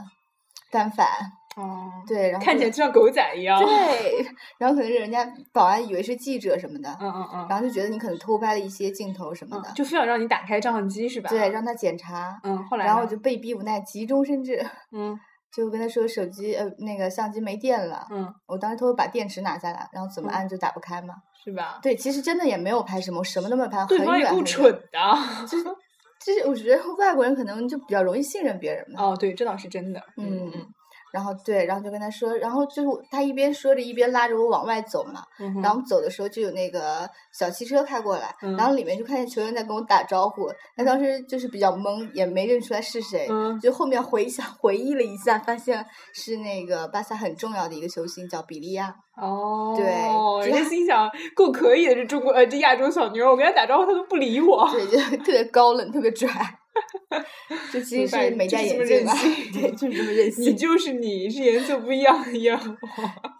S3: 单反，
S2: 哦，
S3: 对，然后
S2: 看起来
S3: 就
S2: 就像狗仔一样。
S3: 对， [laughs] 然后可能人家保安以为是记者什么的，
S2: 嗯嗯嗯
S3: [laughs] 然后就觉得你可能偷拍了一些镜头什么的
S2: 嗯，，就非要让你打开照相机是吧？
S3: 对，让他检查，
S2: 嗯，后来
S3: 然后
S2: 呢
S3: 我就被逼无奈，急中生智， [laughs]
S2: 嗯
S3: 就跟他说手机呃那个相机没电了，
S2: 嗯
S3: 我当时偷偷把电池拿下来，然后怎么
S2: 嗯
S3: 按就打不开嘛。
S2: 是吧？
S3: 对，其实真的也没有拍什么，我什么都没有拍，很
S2: 对方
S3: 远
S2: 也
S3: 很
S2: 够
S3: 远。
S2: 蠢的。
S3: 就是就是，我觉得外国人可能就比较容易信任别人嘛。
S2: 哦，对，这倒是真的。嗯
S3: 嗯，然后对，然后就跟他说，然后就是他一边说着一边拉着我往外走嘛。
S2: 嗯哼
S3: 然后我们走的时候就有那个小汽车开过来，
S2: 嗯
S3: 然后里面就看见球员在跟我打招呼。他当时就是比较懵，也没认出来是谁。
S2: 嗯
S3: 就后面回想回忆了一下，发现是那个巴萨很重要的一个球星叫比利亚。
S2: 哦，
S3: 对
S2: 人家心想够可以的，这中国呃这亚洲小妞儿，我跟她打招呼她都不理我。
S3: 对，就 [laughs] 特别高冷，特别拽。
S2: [laughs]
S3: 就其
S2: 明
S3: 实
S2: 白
S3: 是没
S2: 就
S3: 戴
S2: 是这么
S3: 眼
S2: 任
S3: 镜吧？
S2: 性 [laughs]
S3: 对，就是这么任
S2: 你
S3: 性。
S2: 就是你，是颜色不一样的烟 [laughs] 火。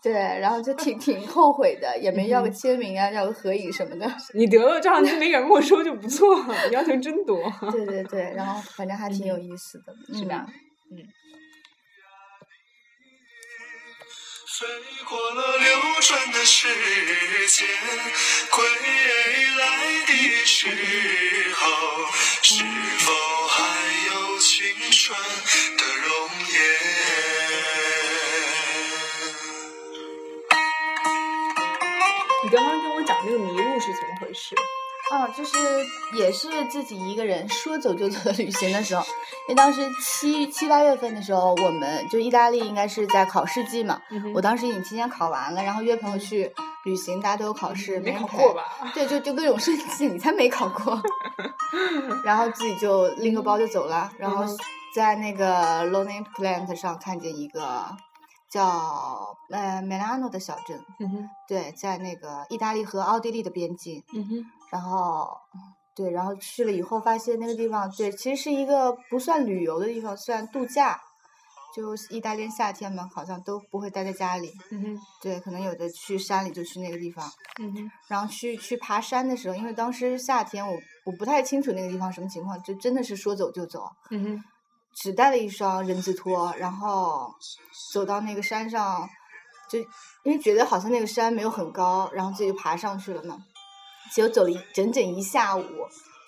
S3: 对，然后就挺挺后悔的，也没要
S2: 嗯
S3: 个签名啊，要个合影什么
S2: [laughs]
S3: 的。
S2: 你得了照相机没敢跟我说就不错了，你要求真多。
S3: 对对对，然后反正还挺有意思的，
S2: 嗯是吧
S3: 嗯？
S1: 飞过了流转的时间，归来的时候，是否还有青春的容颜？
S2: [laughs] 你刚刚跟我讲那个迷路是怎么回事？
S3: 哦，就是也是自己一个人说走就走的旅行的时候，因为当时七七八月份的时候，我们就意大利应该是在考试季嘛，
S2: 嗯哼
S3: 我当时已经提前考完了，然后约朋友去旅行大家都有考试，
S2: 没
S3: 人
S2: 考
S3: 陪
S2: 过？吧？
S3: 对，就就各种生气，你才没考
S2: [laughs]
S3: 过。然后自己就拎个包就走了，然后
S2: 嗯哼
S3: 在那个 Lonely Planet 上看见一个叫呃 Milano 的小镇，
S2: 嗯哼，
S3: 对，在那个意大利和奥地利的边境。
S2: 嗯哼，
S3: 然后，对，然后去了以后发现那个地方，对，其实是一个不算旅游的地方，算度假。就意大利夏天嘛，好像都不会待在家里，
S2: 嗯哼，
S3: 对，可能有的去山里就去那个地方。
S2: 嗯哼，
S3: 然后去去爬山的时候，因为当时夏天我，我不太清楚那个地方什么情况，就真的是说走就走，
S2: 嗯哼，
S3: 只带了一双人字拖，然后走到那个山上，就因为觉得好像那个山没有很高，然后自己就爬上去了嘛。结果走一整整一下午，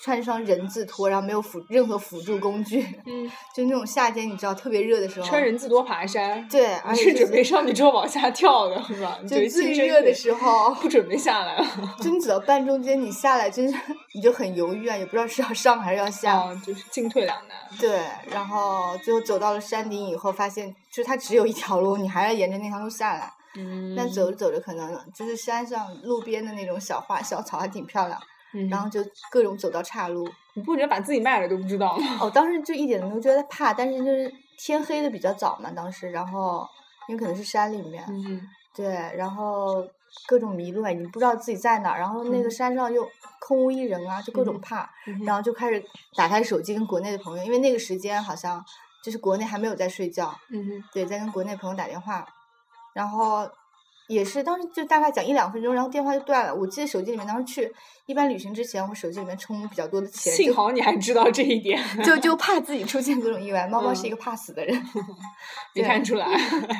S3: 穿一双人字拖，然后没有辅任何辅助工具，
S2: 嗯，
S3: 就那种夏天你知道特别热的时候，
S2: 穿人字拖爬山， [laughs]
S3: 对，
S2: 你
S3: 而且
S2: 是
S3: 就
S2: 准备上去之后往下跳的是吧？你
S3: 就
S2: 觉得
S3: 最
S2: 亲身
S3: 热的
S2: 对
S3: 时候
S2: 不准备下来 [laughs] 了。
S3: 真走到半中间，你下来真是你就很犹豫啊，也不知道是要上还是要下。
S2: 啊，就是进退两难。
S3: 对，然后最后走到了山顶以后，发现就是它只有一条路，你还要沿着那条路下来。
S2: 嗯
S3: 但走着走着，可能就是山上路边的那种小花小草还挺漂亮，然
S2: 然后
S3: 后就各种走到岔路。
S2: 你不觉得把自己卖了都不知道吗？ [laughs]
S3: 哦，当时就一点都没有觉得怕，但是就是天黑的比较早嘛，当时，然后因为可能是山里面，
S2: 嗯，
S3: 对，然后各种迷路啊，你不知道自己在哪儿，然后那个
S2: 嗯
S3: 山上又空无一人啊，就各种
S2: 嗯
S3: 怕。然
S2: 然后
S3: 后就开始打开手机跟国内的朋友，因为那个时间好像就是国内还没有在睡觉，
S2: 嗯哼
S3: 对，在跟国内朋友打电话，然后也是当时就大概讲一两分钟，然后电话就断了。我记得手机里面当时去一般旅行之前，我手机里面充比较多的
S2: [laughs]
S3: 钱，
S2: 幸好你还知道这一点，
S3: [laughs]
S2: [laughs]
S3: 就就就怕自己出现各种意外。猫猫是一个怕死
S2: [laughs]
S3: 的人，
S2: 没
S3: 对
S2: 嗯看出来， [laughs]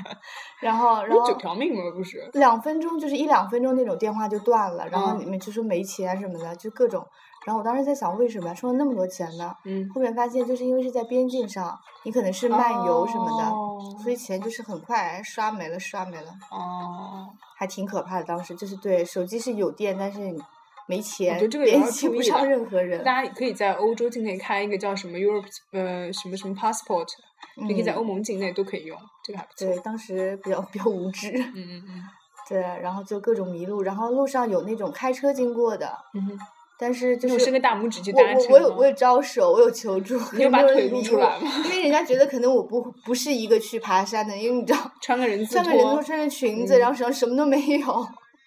S3: 然后然
S2: 有九
S3: 后。
S2: 条命吗？不是，
S3: 两分钟就是一两分钟那种电话就断了，然后
S2: 嗯
S3: 你们就说没钱什么的，就各种。然后我当时在想，为什么要充了那么多钱呢？
S2: 嗯，
S3: 后面发现，就是因为是在边境上，你可能是漫游什么
S2: 哦
S3: 的，所以钱就是很快哎刷没了，刷没了，
S2: 的。哦，
S3: 还挺可怕的。当时就是对手机是有电，但是你没钱
S2: 我觉得这，个也
S3: 联
S2: 要
S3: 系
S2: 注
S3: 不
S2: 意
S3: 上
S2: 的
S3: 任何
S2: 大
S3: 人。
S2: 家也可以在欧洲境内开一个叫什么 Europe 呃什么什么 passport，也可以在
S3: 嗯
S2: 欧盟境内都可以用，这个还不错。
S3: 对，当时比较比较无知，
S2: 嗯嗯嗯
S3: 对，然后就各种迷路，然后路上有那种开车经过的，
S2: 嗯哼，
S3: 但是就
S2: 你有
S3: 是
S2: 伸个大拇指去
S3: 我
S2: 搭车
S3: 我我有
S2: 吗
S3: 我有招手，我有求助，
S2: 你有把
S3: 没人
S2: 腿
S3: 理
S2: 露出
S3: 我
S2: 来吗？
S3: [laughs] 因为人家觉得可能我不不是一个去爬山的，因为你知道，
S2: 穿个
S3: [laughs]
S2: 人字
S3: 上面人都
S2: 拖，
S3: 穿着裙子，
S2: 嗯
S3: 然后手上什么都没有，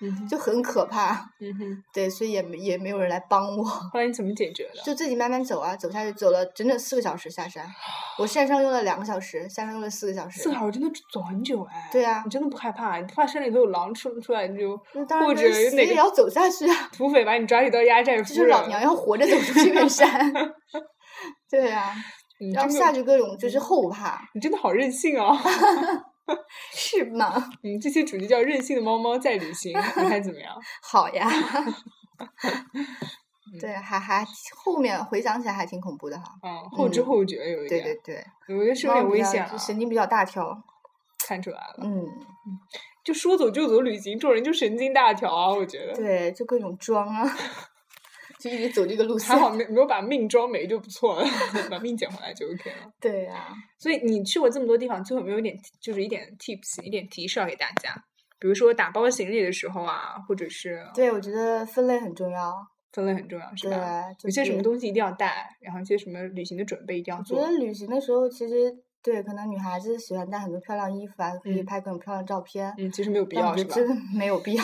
S2: 嗯哼
S3: 就很可怕。
S2: 嗯哼，
S3: 对，所以也没也没有人来帮我，
S2: 后来你怎么解决的？
S3: 就自己慢慢走啊，走下去，走了整整四个小时下山。
S2: [sighs]
S3: 我山上用了两个小时，下山用了四个小时。
S2: 四个小时真的走很久哎。
S3: 对啊
S2: 你真的不害怕？你怕山里头有狼出出来你就，
S3: 那当然
S2: 或
S3: 就
S2: 者
S3: 是
S2: 有
S3: 死
S2: 哪
S3: 也
S2: 个
S3: 要走下去啊，
S2: 土匪把你抓起到压寨夫人，
S3: 就是老娘要活着走出这片
S2: [laughs]
S3: 山。对啊，
S2: 你嗯
S3: 然后
S2: 真
S3: 下
S2: 的
S3: 去各种就是后怕，
S2: [laughs] 你真的好任性
S3: [laughs]
S2: 啊！
S3: 是吗？
S2: 嗯，这期主题叫“任性的猫猫在旅
S3: [laughs]
S2: 行”，你看怎么样？
S3: 好
S2: [laughs]
S3: 呀。对，还还后面回想起来还挺恐怖的哈。
S2: 嗯，后知
S3: 嗯
S2: 后觉有一
S3: 对
S2: 点，
S3: 对对，
S2: 我觉得是有
S3: 猫
S2: 点
S3: 比
S2: 危
S3: 较
S2: 险
S3: 就
S2: 啊，
S3: 神经比较大条。
S2: 看出来了。
S3: 嗯，
S2: 就说走就走旅行，这种人就神经大条啊，我觉得。
S3: 对，就各种装啊，
S2: [laughs]
S3: [laughs] 就一直走这个路线
S2: 还。好没没有把命装没就不错了， [laughs] 把命捡回来就 OK 了。
S3: 对呀、
S2: 所以你去过这么多地方，最后有没有一点就是一点 tips，一点提示要给大家？比如说打包行李的时候啊，或者是
S3: 对，我觉得分类很重要。
S2: 分类很重要，是
S3: 对
S2: 吧？，
S3: 就
S2: 有些什么
S3: 是
S2: 东西一定要带，然后一些什么旅行的准备一定要
S3: 我觉
S2: 做
S3: 得。旅行的时候，其实对，可能女孩子喜欢带很多漂亮衣服啊，可以
S2: 嗯
S3: 拍各种漂亮照片。
S2: 嗯，其实没有必
S3: 但
S2: 要，
S3: 我觉
S2: 是吧？
S3: 得真的没有
S2: [laughs]
S3: 必要，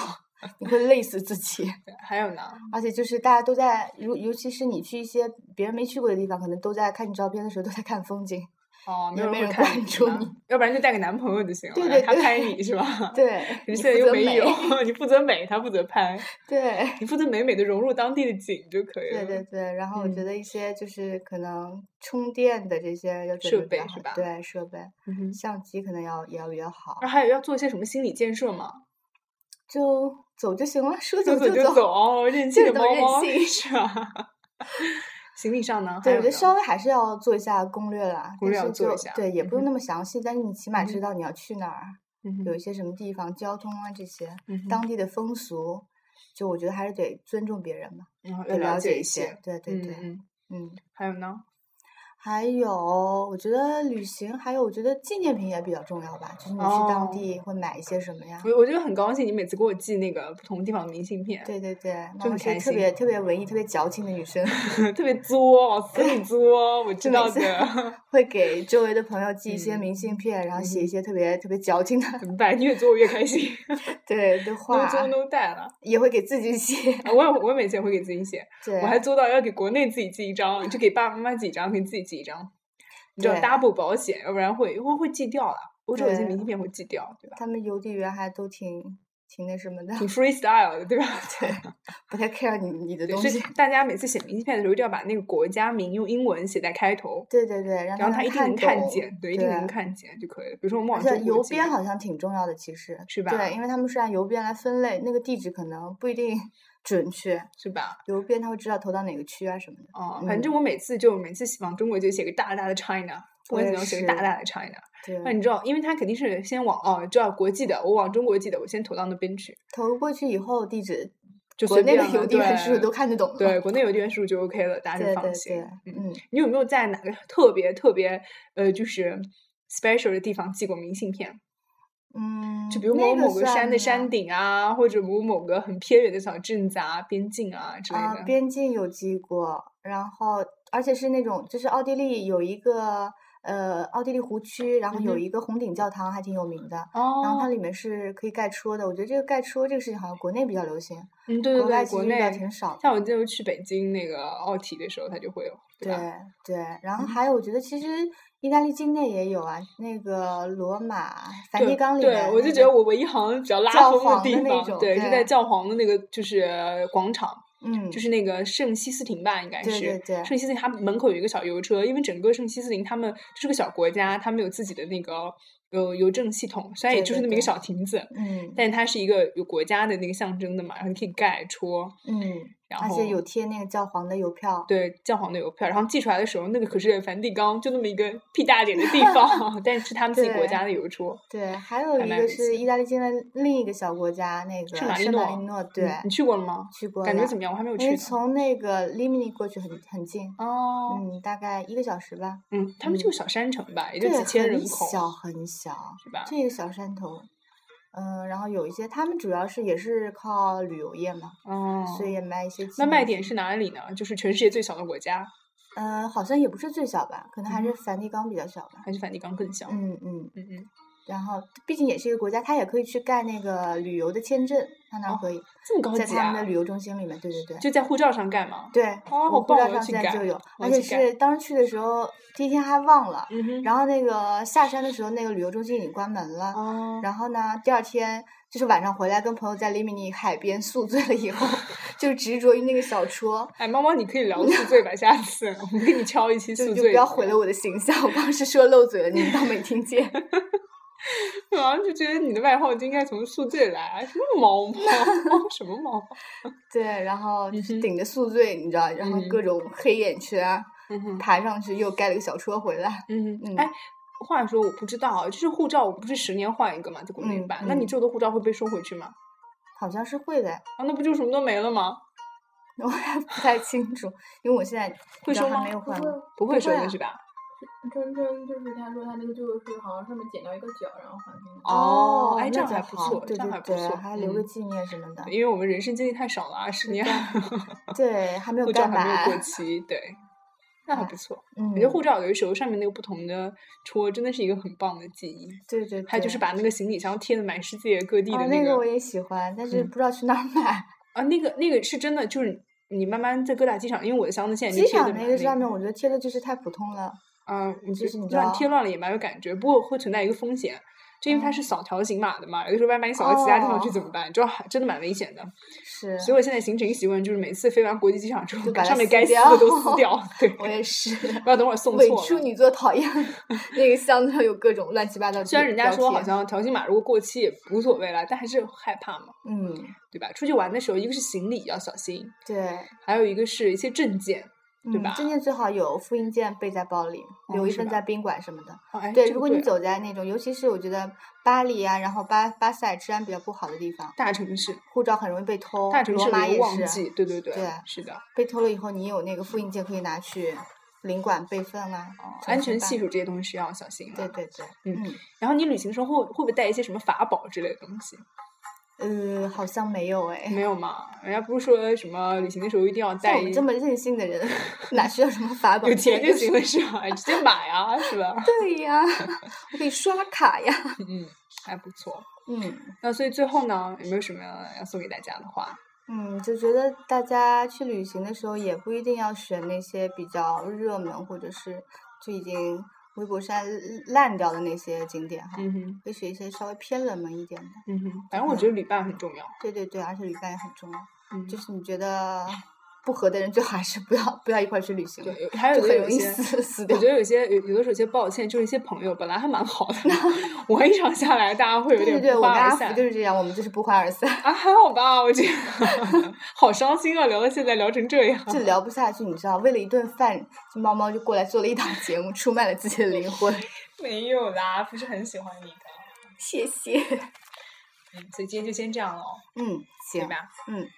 S3: 你会累死自己。
S2: 对还有呢，
S3: 而且就是大家都在，尤尤其是你去一些别人没去过的地方，可能都在看你照片的时候都在看
S2: [laughs]
S3: 风景。
S2: 哦，没
S3: 也
S2: 有
S3: 没
S2: 人会
S3: 人
S2: 看
S3: 关
S2: 你
S3: 注
S2: 是吧
S3: 你
S2: 要不然就带个男朋友就行了，
S3: 对
S2: 让
S3: 对
S2: 他
S3: 对
S2: 拍你是吧？。
S3: [laughs] 对，
S2: 可
S3: 你
S2: 是现在
S3: 负
S2: 又
S3: 责
S2: 没
S3: 美
S2: 有。，
S3: [laughs]
S2: 你负责美，他负责拍，
S3: 对。
S2: 你负责美美的融入当地的景就可以了。
S3: 对对对，然后我觉
S2: 嗯
S3: 得一些就是可能充电的这些要
S2: 设
S3: 准备
S2: 备
S3: 比较
S2: 是
S3: 好
S2: 吧
S3: 对设备，
S2: 嗯哼。
S3: 相机可能要也要比较好，
S2: 然后还有要做一些什么心理建设嘛？
S3: 就走就行了，说
S2: 说
S3: 就
S2: 就走，哦，任性
S3: 这
S2: 的
S3: 都
S2: 猫
S3: 任
S2: 猫
S3: 性
S2: 是吧？行李上呢？
S3: 对，
S2: 还
S3: 我
S2: 有
S3: 觉
S2: 呢
S3: 得稍微还是要做一下攻略啦，
S2: 哎攻
S3: 但
S2: 略
S3: 是
S2: 要做一
S3: 就
S2: 下
S3: 对，也不用
S2: 嗯
S3: 那么详细，但是你起码
S2: 嗯
S3: 知道你要去哪儿，
S2: 嗯哼
S3: 有一些什么地方、交通啊这些，
S2: 嗯哼
S3: 当地的风俗，就我觉得还是得尊重别人嘛，
S2: 然后要
S3: 得了
S2: 呃解
S3: 一
S2: 一些
S3: 些，，对对
S2: 嗯
S3: 对，
S2: 嗯，
S3: 嗯，
S2: 还有呢？
S3: 还有，我觉得旅行还有，我觉得纪念品也比较重要吧。就是你去当
S2: 哦
S3: 地会买一些什么呀？
S2: 我我就很高兴你每次给我寄那个不同地方的明信片，
S3: 对对对，妈
S2: 就
S3: 妈
S2: 很
S3: 是
S2: 开
S3: 特
S2: 心嗯
S3: 别特别文艺、特别矫情的女生，
S2: 特别作，往死
S3: [laughs]
S2: 里作，我知
S3: 每
S2: 道
S3: 次
S2: 的， [laughs]
S3: 会给周围的朋友寄一些
S2: 嗯
S3: 明信片，然后写
S2: 嗯
S3: 一些特别特别矫情的
S2: 怎么办？越作越开心
S3: 对对话
S2: ，no 作 no die 了。
S3: 也会给自己写。
S2: 啊我也我每次也会给自己写，
S3: 对，
S2: 我还做到要给国内自己寄一张，就给爸爸妈妈寄一张，给自己寄一张，你知道
S3: 对
S2: double 保险，要不然会会会寄掉了。欧洲有些
S3: 对
S2: 明信片会寄掉，对吧？
S3: 他们邮递员还都挺挺那什么的，
S2: 挺 freestyle 的，对吧？ [laughs]
S3: 对，不太 care 你你的
S2: 对，
S3: 东
S2: 所以
S3: 西。
S2: 大家每次写明信片的时候，一定要把那个国家名用英文写在开头，
S3: 对对对，让
S2: 然后他
S3: 们
S2: 一定能
S3: 看
S2: 看
S3: 懂
S2: 见，对，一定能看见就可以了。比如说我们
S3: 而
S2: 往中
S3: 且
S2: 国
S3: 邮
S2: 寄
S3: 编好像挺重要的，其实
S2: 是吧
S3: 对，因为他们是按邮编来分类，那个地址可能不一定 [laughs] 准确，
S2: 是吧？
S3: 邮编他会知道投到哪个区啊什么的。
S2: 哦，
S3: 嗯
S2: 反正我每次就每次写往中国就写个大大的 China，不
S3: 我
S2: 管
S3: 也
S2: 怎么样写
S3: 是嗯
S2: 个大大的 China。那
S3: 对，
S2: 你知道，因为他肯定是先往哦，知道国际的，我往中国寄的，我先投到那边去，
S3: 投过去以后地址，
S2: 就
S3: 国
S2: 随
S3: 内的
S2: 便了
S3: 邮递员是不是
S2: 对
S3: 都看得懂了？
S2: 对，国内邮递员是不是就 OK 了？大家就
S3: 对
S2: 放
S3: 对
S2: 心
S3: 对。，
S2: 嗯，
S3: 嗯，
S2: 你有没有在哪个特别特别呃，就是 special 的地方寄过明信片？
S3: 嗯，
S2: 就比如
S3: 那
S2: 某
S3: 个
S2: 某个山
S3: 算
S2: 的
S3: 吗
S2: 山顶啊，或者某某个很偏远的小镇子啊、边境啊之类
S3: 啊，
S2: 的。
S3: 边境有寄过，然后而且是那种，就是奥地利有一个呃奥地利湖区，然后
S2: 嗯
S3: 有
S2: 哼
S3: 一个红顶教堂还挺有名的，然后它
S2: 哦，
S3: 里面是可以盖戳的。我觉得这个盖戳这个事情好像国内比较流行，
S2: 嗯，对对
S3: 国外
S2: 对，
S3: 其
S2: 国
S3: 实遇到
S2: 内
S3: 挺少的。
S2: 像我记得去北京那个奥体的时候，它就会有，
S3: 对
S2: 吧？嗯
S3: 对，然后还有我觉得其实意大利境内也有啊，那个罗马梵蒂
S2: 对
S3: 冈里面那
S2: 对，
S3: 个，
S2: 我就觉得我唯一好像比较拉
S3: 教
S2: 风
S3: 皇的
S2: 地
S3: 那
S2: 方，
S3: 种
S2: 对，是在
S3: 对
S2: 教皇的那个就是广场，
S3: 嗯
S2: 就是那个圣西斯廷吧，应该是
S3: 对对对
S2: 圣西斯廷，它门口有一个小邮车，因为整个圣西斯廷他们就是个小国家，他们有自己的那个呃邮政系统，虽然也
S3: 对
S2: 就是
S3: 对
S2: 那么一个
S3: 对
S2: 小亭子，
S3: 嗯
S2: 但它是一个有国家的那个象征的嘛，然后你可以盖戳，
S3: 嗯，
S2: 然
S3: 而
S2: 后
S3: 且有贴那个教皇的邮票，
S2: 对教皇的邮票，然后寄出来的时候，那个可是梵蒂冈就那么一个屁大点的地
S3: [laughs]
S2: 方，但是他们自己国
S3: 对
S2: 家的邮戳。嗯
S3: 对，还有
S2: 还
S3: 一
S2: 蛮有
S3: 个
S2: 意思
S3: 是意大利境内另一个小国家，那个
S2: 圣马力
S3: 圣马
S2: 诺
S3: 力诺，
S2: 你
S3: 对，
S2: 你去过了吗？
S3: 去过
S2: 感觉
S3: 了
S2: 怎么样？我还没有
S3: 因
S2: 去
S3: 为
S2: 呢。
S3: 从那个 Limini 过去很很近，
S2: 哦，
S3: 嗯，大概一个小时吧，
S2: 嗯，他们就
S3: 嗯
S2: 个小山城吧，也就
S3: 对，
S2: 几千人
S3: 很
S2: 口，啊
S3: 小很小，
S2: 是吧？
S3: 这一个小山头，嗯，然后有一些他们主要是也是靠旅游业嘛，
S2: 哦，
S3: 所以也卖一些纪
S2: 那
S3: 念
S2: 卖点
S3: 品，
S2: 是哪里呢？就是全世界最小的国家，
S3: 嗯，好像也不是最小吧，可能还
S2: 嗯
S3: 是梵蒂冈比较小吧，
S2: 还是梵蒂冈更小？
S3: 嗯嗯，
S2: 嗯嗯，
S3: 然后毕竟也是一个国家，它也可以去盖那个旅游的签证，它那儿
S2: 哦
S3: 可以。
S2: 这么高
S3: 在
S2: 级
S3: 他
S2: 啊
S3: 们！的旅游中心里面，对对对，
S2: 就在护照上盖嘛。
S3: 对，
S2: 哦
S3: 我
S2: 好
S3: 护
S2: 棒
S3: 照
S2: 我要
S3: 上
S2: 去
S3: 现在
S2: 改
S3: 就有，
S2: 我
S3: 而
S2: 要
S3: 且
S2: 去改
S3: 是当时去的时候第一天还忘了，
S2: 嗯哼，
S3: 然后那个下山的时候那个旅游中心已经关门了，
S2: 哦，
S3: 然后呢第二天就是晚上回来跟朋友在利米尼海边宿醉了以后， [laughs] 就执着于那个小戳。
S2: 哎，猫猫，你可以聊宿醉吧，下次我们给你敲一期
S3: 就
S2: 宿
S3: 就
S2: 醉。
S3: 不要毁了我的形象，我当时说漏嘴了，你们当没
S2: [laughs]
S3: 听见？
S2: 我好像就觉得你的外号就应该从宿醉来，啊什么猫猫 [laughs] 猫什么猫？
S3: 对，然后就
S2: 嗯
S3: 是
S2: 哼
S3: 顶着宿醉，你知道，然后
S2: 嗯
S3: 各种黑眼圈啊，
S2: 嗯哼，
S3: 爬上去又盖了个小戳回来。
S2: 嗯
S3: 嗯
S2: 哼，哎。话说我不知道，啊就是护照，我不是十年换一个嘛，在国内
S3: 嗯
S2: 办。那你
S3: 嗯
S2: 这我的护照会被收回去吗？
S3: 好像是会的，
S2: 啊，那不就什么都没了吗？
S3: 我还不太清楚，因为我现在
S2: 会
S3: 知道
S2: 收
S3: 还
S2: 吗
S3: 没有
S4: 不
S3: 换
S4: 是
S3: 过。
S2: 不会
S3: 不
S2: 收
S3: 会
S2: 回
S3: 啊
S2: 去吧？
S4: 真真就是他说他那个就是好像上面剪掉一个角，然后还给你。
S2: 哦哎
S3: 那
S2: 这样
S3: 就
S2: 还不
S3: 好
S2: 错
S3: 对
S2: 这样
S3: 对
S2: 还不
S3: 对，
S2: 错
S3: 还留个
S2: 嗯
S3: 纪念什么的。
S2: 因为我们人生经历太少了啊，十年
S3: 对，还没有
S2: 护
S3: 盖
S2: 照还没有过
S3: 满。
S2: 期，对，那还
S3: 哎
S2: 不错。
S3: 嗯
S2: 我觉，得护照有的时候上面那个不同的戳真的是一个很棒的记忆。
S3: 对对，
S2: 还有就是
S3: 对
S2: 把那个行李箱贴的满世界各地
S3: 哦
S2: 的
S3: 那
S2: 个
S3: 个我也喜欢，但是
S2: 嗯
S3: 不知道去哪儿
S2: [laughs]
S3: 买。
S2: 啊，那个那个是真的，就是你慢慢在各大机场，因为我的箱子现在已
S3: 机
S2: 经贴的
S3: 场那
S2: 满
S3: 个上面，
S2: 个
S3: 我觉得贴的就是太普通了。
S2: 啊，我觉
S3: 就是
S2: 得
S3: 你知
S2: 乱
S3: 道
S2: 贴乱了也蛮有感觉，不过会存在一个风险，就因为它是扫条形码的嘛，有的时候万一把你扫到其他地方去
S3: 嗯哦
S2: 怎么办？这还真的蛮危险的。
S3: 是，
S2: 所以我现在形成一个习惯，就是每次飞完国际机场之后，
S3: 就
S2: 把
S3: 把它
S2: 上面
S3: 撕
S2: 该撕
S3: 掉
S2: 的都撕
S3: [laughs]
S2: 掉，对，
S3: 我也是。
S2: [laughs] 不要等会儿送
S3: 伪
S2: 错
S3: 处
S2: 了。
S3: 女座讨厌那个箱子上有各种乱七八糟的标。
S2: 虽然人家说
S3: 标
S2: 好
S3: 贴，
S2: 像条形码如果过期也无所谓了，但还是害怕嘛，
S3: 嗯，
S2: 对吧？出去玩的时候，一个是行李要小心，
S3: 对，
S2: 还有一个是一些证件。对
S3: 嗯
S2: 吧
S3: 证件最好有复印件备在包里，
S2: 哦
S3: 留一
S2: 是
S3: 份
S2: 吧
S3: 在宾馆什么的。
S2: 哦哎，
S3: 对，
S2: 这
S3: 如
S2: 个
S3: 果你
S2: 对
S3: 走在那种，尤其是我觉得巴黎啊，然后巴巴塞治安比较不好的地方，
S2: 大城市，
S3: 护照很容易被偷。
S2: 大城
S3: 罗
S2: 市
S3: 马
S2: 旅游
S3: 也
S2: 旺
S3: 是
S2: 季，对对对
S3: 对哦
S2: 是的。
S3: 被偷了以后，你有那个复印件可以拿去领馆备份啦、
S2: 哦
S3: 重
S2: 安
S3: 新
S2: 全
S3: 办
S2: 系数这些东西是要小心的。
S3: 对对对，
S2: 嗯
S3: 嗯
S2: 然后你旅行时候会会不会带一些什么法宝之类的东西？
S3: 呃，好像没有哎。
S2: 没有嘛，人家不是说什么旅行的时候一定要
S3: 像
S2: 带
S3: 我
S2: 一
S3: 们这么任性的人，
S2: [laughs]
S3: 哪需要什么法宝？
S2: 有钱就行。了是吧？ [laughs] 直接买啊，是吧？[laughs]
S3: [laughs] 对呀，我可以刷卡呀。
S2: 嗯，还不错。
S3: 嗯
S2: 那所以最后呢，有没有什么要送给大家的话？
S3: 嗯，就觉得大家去旅行的时候，也不一定要选那些比较热门或者是就已经微博上烂掉的那些景点哈，
S2: 嗯哼，
S3: 可以选一些稍微偏冷门一点的。
S2: 嗯哼，反正我觉得旅伴很重要。
S3: 对对对，而且旅伴也很重要。
S2: 嗯，
S3: 就是你觉得不合的人，最好还是不要不要一块儿去旅行了，
S2: 对，有还有
S3: 就
S2: 就
S3: 很
S2: 有
S3: 容
S2: 一
S3: 易
S2: 些。
S3: 死死
S2: 我
S3: 掉
S2: 觉。得有些有有的时候有些抱歉，就是一些朋友本来还蛮好的，玩一场下来大家会有
S3: 对
S2: 点
S3: 对对，
S2: 不
S3: 我跟
S2: 欢而
S3: 阿
S2: 散
S3: 福。就是这样，我们就是不欢而
S2: [laughs]
S3: 散。
S2: 啊，还好吧，我觉得 [laughs] 好伤心啊，聊到现在聊成这
S3: [laughs]
S2: 样。
S3: 就聊不下去，你知道，为了一顿饭，这猫猫就过来做了一档节目，出卖了自己的灵魂。
S2: 没有啦，不是很喜欢你的。
S3: 谢谢。
S2: 嗯，所以今天就先这样喽，
S3: 嗯，
S2: 对
S3: 行，
S2: 吧？
S3: 嗯。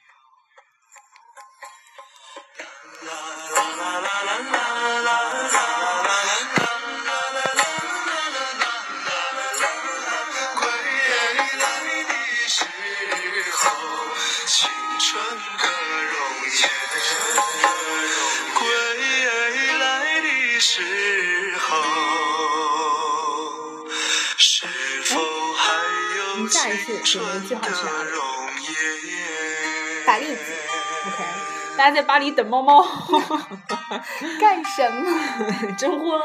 S1: 归来的时候，青春的容颜。归来的时候，是否还有青春的容颜？
S3: 打栗子
S2: OK，大家在巴黎等猫猫， [laughs]
S3: 干什么？ [laughs]
S2: 征婚。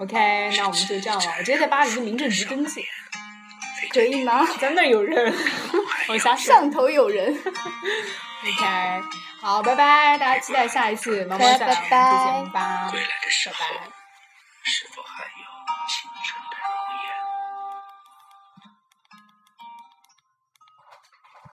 S2: OK，那我们就这样了。我直接在巴黎的民政局登记，
S3: 可以吗？
S2: 咱们那儿有人， [laughs] 我瞎说。
S3: 上头有人，
S2: OK，好，拜拜，大家期待下一次猫猫再来我们这节目吧，
S1: 归来的时
S2: 拜
S1: 候，
S2: 拜。
S1: 是否还有青春的容颜？